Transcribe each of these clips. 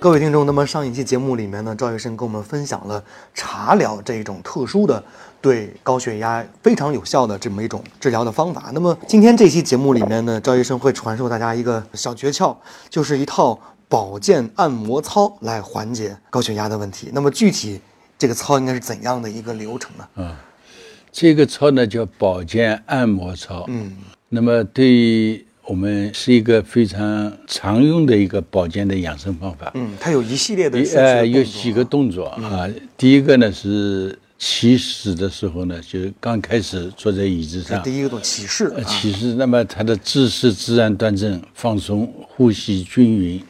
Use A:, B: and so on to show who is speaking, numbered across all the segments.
A: 各位听众，那么上一期节目里面呢，赵医生跟我们分享了茶疗这一种特殊的对高血压非常有效的这么一种治疗的方法。那么今天这期节目里面呢，赵医生会传授大家一个小诀窍，就是一套保健按摩操来缓解高血压的问题。那么具体这个操应该是怎样的一个流程呢？
B: 嗯这个操呢叫保健按摩操，嗯，那么对于我们是一个非常常用的一个保健的养生方法，
A: 嗯，它有一系列的
B: 一
A: 顺序的
B: 呃有
A: 动作嗯
B: 几个动作啊，第一个呢是起始的时候呢，就刚开始坐在椅子
A: 是
B: 上，
A: 第一个动作起势
B: 呃，
A: 啊，
B: 其实那么它的姿势自然端正、放松、呼吸均匀、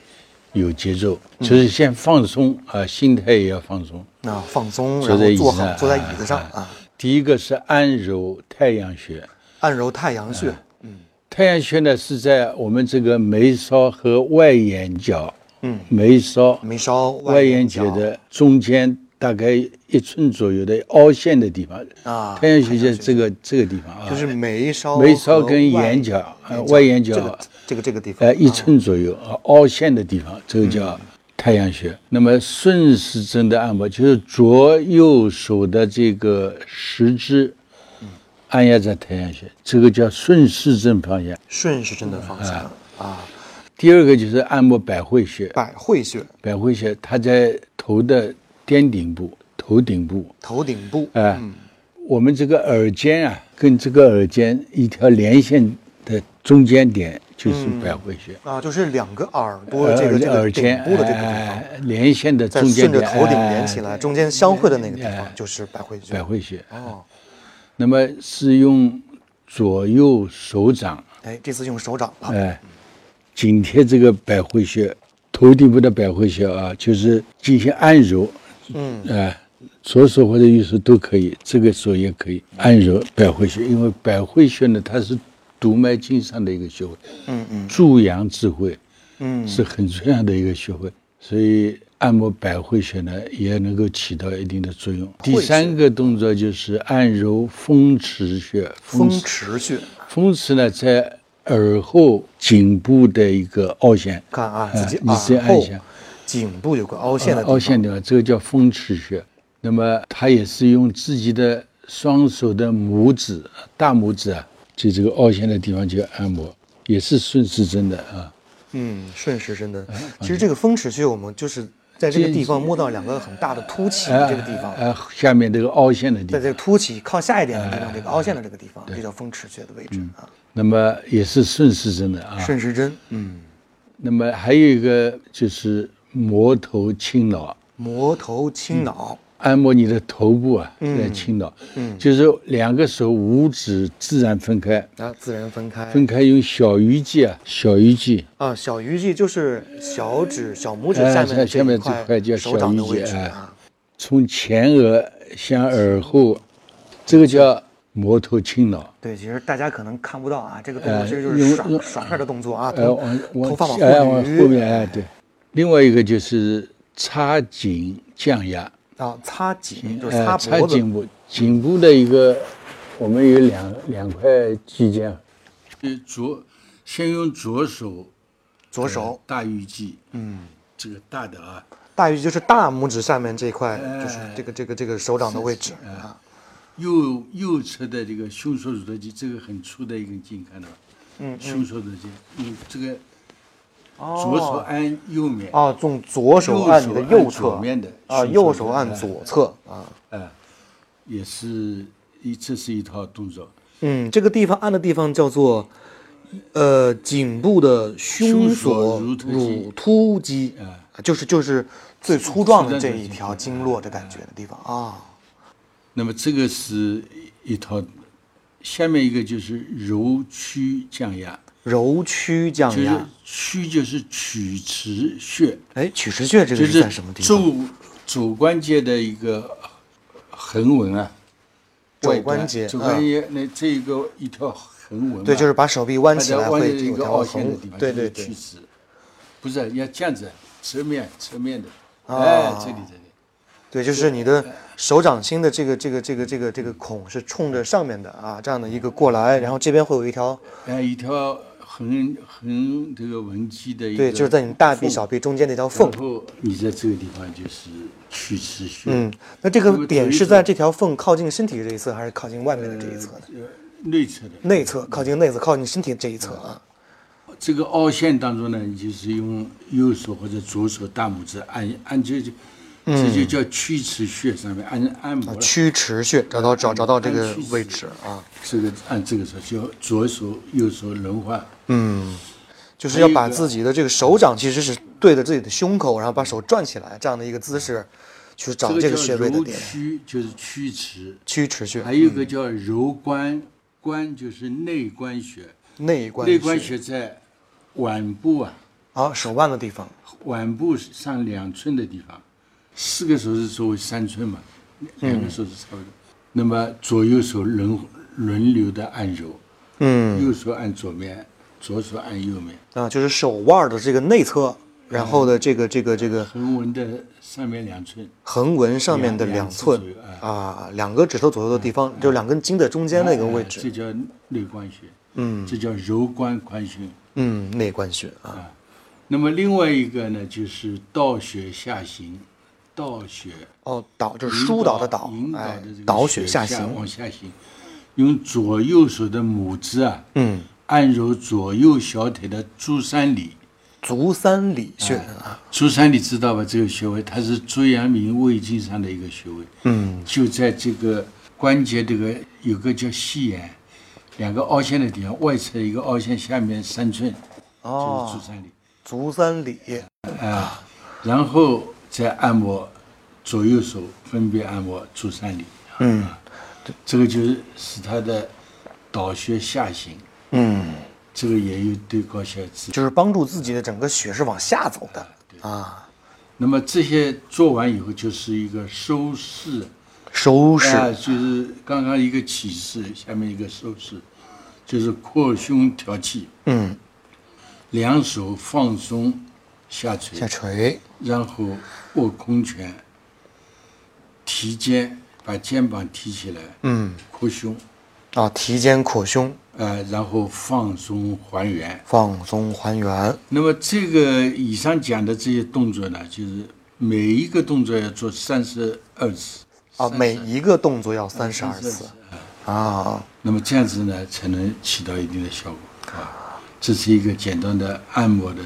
B: 有节奏，
A: 嗯
B: 就是先放松啊、心态也要放松。
A: 啊放松，
B: 坐
A: 然
B: 在
A: 后
B: 椅
A: 坐
B: 子上哎
A: 好，，坐在椅子上啊，。
B: 第一个是按揉太阳穴，
A: 按揉太阳
B: 啊
A: 穴，
B: 太阳穴呢是在我们这个眉梢和外眼角，
A: 嗯，
B: 眉梢、
A: 眉梢、
B: 外眼角的中间大概一寸左右的凹陷的地方
A: 啊
B: 太阳穴在这个这个地方啊，
A: 就是眉梢、
B: 眉梢跟眼角呃外眼角
A: 这个这个这个地方，
B: 呃一寸左右啊凹陷的地方，这个叫太阳穴。那么顺时针的按摩就是左右手的这个食指按压在太阳穴，这个叫顺时针方向。
A: 顺时针的方向啊，
B: 第二个就是按摩百会穴，
A: 百会穴、
B: 百会穴它在头的颠顶部，头顶部，
A: 头顶部，
B: 哎、我们这个耳尖啊，跟这个耳尖一条连线的中间点就是百会穴。
A: 啊，就是两个耳朵
B: 耳
A: 这个这个
B: 呃耳
A: 顶
B: 尖
A: 部的这个地方，
B: 哎连线的
A: 再
B: 中间
A: 顺着
B: 点，
A: 头顶
B: 哎
A: 连起来，中间相会的那个地
B: 哎
A: 方就是百会穴。
B: 百会穴。
A: 哦，
B: 那么是用左右手掌，
A: 哎，这次用手掌了，
B: 哎，紧贴这个百会穴，头顶部的百会穴啊，就是进行按揉，嗯，哎，左手或者右手都可以，这个手也可以按揉百会穴，因为百会穴呢，它是督脉经上的一个穴位，嗯嗯，助阳之会，嗯，是很重要的一个穴位，所以。按摩百会穴呢，也能够起到一定的作用。第
A: 穴
B: 三个动作就是按揉风池穴，
A: 风
B: 池
A: 池穴，
B: 风池呢，在耳后颈部的一个凹陷，
A: 看啊，
B: 哎
A: 自己
B: 你自己
A: 耳
B: 按
A: 后
B: 一下，呃
A: 颈部有个凹陷的地方
B: 凹陷地方，这个叫风池穴。那么它也是用自己的双手的拇指、大拇指啊，就这个凹陷的地方去按摩，也是顺时针的啊。
A: 嗯，顺时针的。
B: 呃
A: 其实这个风池穴，我们就是在这个地方摸到两个很大的凸起，这个地方，
B: 呃，下面这个凹陷的地
A: 在
B: 方，
A: 这个凸起靠下一点
B: 哎
A: 的地方，这个凹陷的这个地方，这叫风池穴的位置啊。
B: 那么也是顺时针的嗯啊。
A: 顺时针，嗯，
B: 那么还有一个就是磨头清脑，
A: 磨头清脑，
B: 按摩你的头部啊，来清脑，
A: 嗯
B: 就是两个手五指自然分开，
A: 啊，自然分开。
B: 嗯分开用小鱼际啊，小鱼际，
A: 啊，小鱼际就是小指、小拇指
B: 哎
A: 下面的
B: 下面
A: 一
B: 这块叫
A: 手掌的
B: 小鱼际
A: 位置
B: 哎
A: 啊。
B: 从前额向耳后，这个叫磨头清脑，
A: 对，其实大家可能看不到啊，这个动
B: 哎
A: 作其实就是
B: 用
A: 耍
B: 用
A: 耍帅的动作啊，
B: 哎，
A: 头
B: 往往
A: 头发往
B: 哎
A: 后
B: 往后
A: 捋
B: 面哎对，另外一个就是擦颈降压，
A: 啊，擦颈就是
B: 哎，
A: 擦
B: 擦
A: 脖子，
B: 颈部，颈部的一个，我们有两两块肌腱，呃，左，先用左手。
A: 左手
B: 大鱼际，嗯，这个大的啊，
A: 大鱼际就是大拇指下面这块，就是
B: 哎
A: 这个这个这个手掌的位置啊。
B: 右右侧的这个胸锁乳头肌，这个很粗的一根筋，看到吧？嗯，胸锁乳头肌，用这个
A: 哦
B: 左手按右面，
A: 啊，用左手按你的
B: 右手按
A: 右侧
B: 左面的
A: 啊，
B: 胸
A: 右
B: 侧哎
A: 手按左侧啊。
B: 也是一这是一套动作。
A: 嗯，这个地方按的地方叫做，呃，颈部的胸
B: 胸
A: 锁
B: 锁
A: 乳
B: 乳
A: 突肌
B: 突哎肌，
A: 啊就是就是最粗壮的这一条经络的感觉的地方
B: 嗯
A: 啊。
B: 那么这个是一套，下面一个就是揉曲降压，
A: 揉曲降
B: 就是
A: 压。
B: 曲就是曲池穴，
A: 哎，曲池穴这
B: 就
A: 个
B: 是
A: 在什么地方？
B: 肘肘关节的一个横纹啊，
A: 肘
B: 外端
A: 关节嗯
B: 肘关节那这一个一条横纹啊，
A: 对，就是把手臂弯起
B: 它
A: 来
B: 在弯
A: 会
B: 的一
A: 有
B: 个
A: 条
B: 凹陷的
A: 横
B: 地方，，
A: 对
B: 就是
A: 对对
B: 曲，池，不是要这样子，侧面侧面的，
A: 啊
B: 哎，这里这里，
A: 对，就是你
B: 哎
A: 的手掌心的这个这个这个这个这个孔是冲着上面的啊，这样的一个过来，然后这边会有一条，
B: 哎，一条横横这个纹肌的一个，
A: 对，就是在你大臂小臂中间那条缝
B: 然。后你在这个地方就是曲池穴，
A: 嗯，那这个
B: 那么
A: 点
B: 腿
A: 是
B: 是
A: 在这条缝靠近身体这一侧，还是靠近外面的这一侧呢？
B: 呃，内侧的
A: 内侧，靠近内侧，靠近身体这一侧啊。
B: 这个凹陷当中呢，你就是用右手或者左手大拇指按按这就，这就叫曲池穴上面按按摩
A: 嗯啊，
B: 了。
A: 曲池穴，找到
B: 嗯
A: 找找到这个
B: 按曲池
A: 位置啊，
B: 这个按这个手，就左手右手轮换。
A: 就是
B: 哎
A: 要把自己的这个手掌其实是对着自己的胸口，然后把手转起来这样的一个姿势，去找这
B: 这
A: 个
B: 个
A: 穴位的
B: 揉
A: 点。
B: 曲，就是曲池，
A: 曲池穴，
B: 还有一个叫揉关，关就是内关穴，
A: 内关
B: 内关穴在腕部啊，
A: 啊，手腕的地方。
B: 腕部上两寸的地方，四个手指作为三寸嘛，
A: 嗯
B: 两个手指差不多。那么左右手轮轮流的按揉，
A: 嗯，
B: 右手按左面，左手按右面，
A: 啊，就是手腕的这个内侧，然后
B: 嗯
A: 的这个这个这个
B: 横纹的上面两寸，
A: 横纹上面的
B: 两
A: 两
B: 两指
A: 寸
B: 左右哎嗯
A: 啊，两个指头左右的地方，就两根筋的中间那个位
B: 哎
A: 置
B: 这。叫内关穴，嗯，这叫揉关宽胸。
A: 嗯，内关穴啊，
B: 那么另外一个呢，就是倒血下行，倒血
A: 哦，导就是疏导的导
B: 引，导
A: 哎
B: 的这个，
A: 导血
B: 下
A: 下行
B: 往。下行，用左右手的拇指啊，
A: 嗯，
B: 按揉左右小腿的足三里。
A: 足三里穴啊，
B: 足三里知道吧？这个穴位它是足阳明胃经上的一个穴位，
A: 嗯，
B: 就在这个关节这个有个叫细眼，两个凹陷的地方，外侧一个凹陷下面三寸，就是
A: 哦
B: 足，三里，
A: 足三里，
B: 然后再按摩左右手分别按摩足三里，
A: 嗯
B: 这个就是使它的导穴下行，
A: 嗯，
B: 这个也有对高血压治。
A: 就是帮助自己的整个血是往下走的啊，
B: 那么这些做完以后就是一个收势。
A: 收
B: 啊，
A: 拾
B: 就是刚刚一个起势，下面一个收势，就是扩胸调气，
A: 嗯，
B: 两手放松下垂，
A: 下垂，
B: 然后握空拳，提肩，把肩膀提起来，嗯，扩胸，
A: 啊，提肩扩胸，
B: 呃，然后放松还原。
A: 放松还原，啊
B: 那么这个以上讲的这些动作呢，就是每一个动作要做三十二次
A: 啊，每
B: 32
A: 一个动作要三十二
B: 次哎
A: 次啊，
B: 那么这样子呢，才能起到一定的效果啊。这是一个简单的按摩的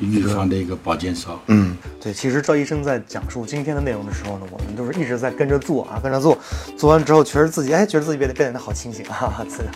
B: 预防的一个保健操。
A: 嗯，对，其实赵医生在讲述今天的内容的时候呢，我们都是一直在跟着做啊，跟着做，做完之后觉得自己哎，觉得自己变得变得好清醒啊，自然。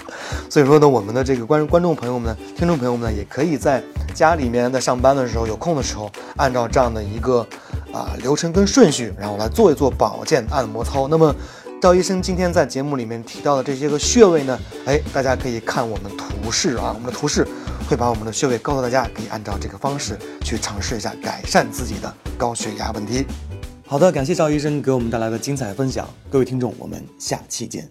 A: 所以说呢，我们的这个观观众朋友们呢，听众朋友们呢，也可以在家里面在上班的时候有空的时候，按照这样的一个啊、流程跟顺序，然后来做一做保健按摩操。那么赵医生今天在节目里面提到的这些个穴位呢，哎，大家可以看我们图示啊，我们的图示会把我们的穴位告诉大家，可以按照这个方式去尝试一下改善自己的高血压问题。好的，感谢赵医生给我们带来的精彩分享，各位听众，我们下期见。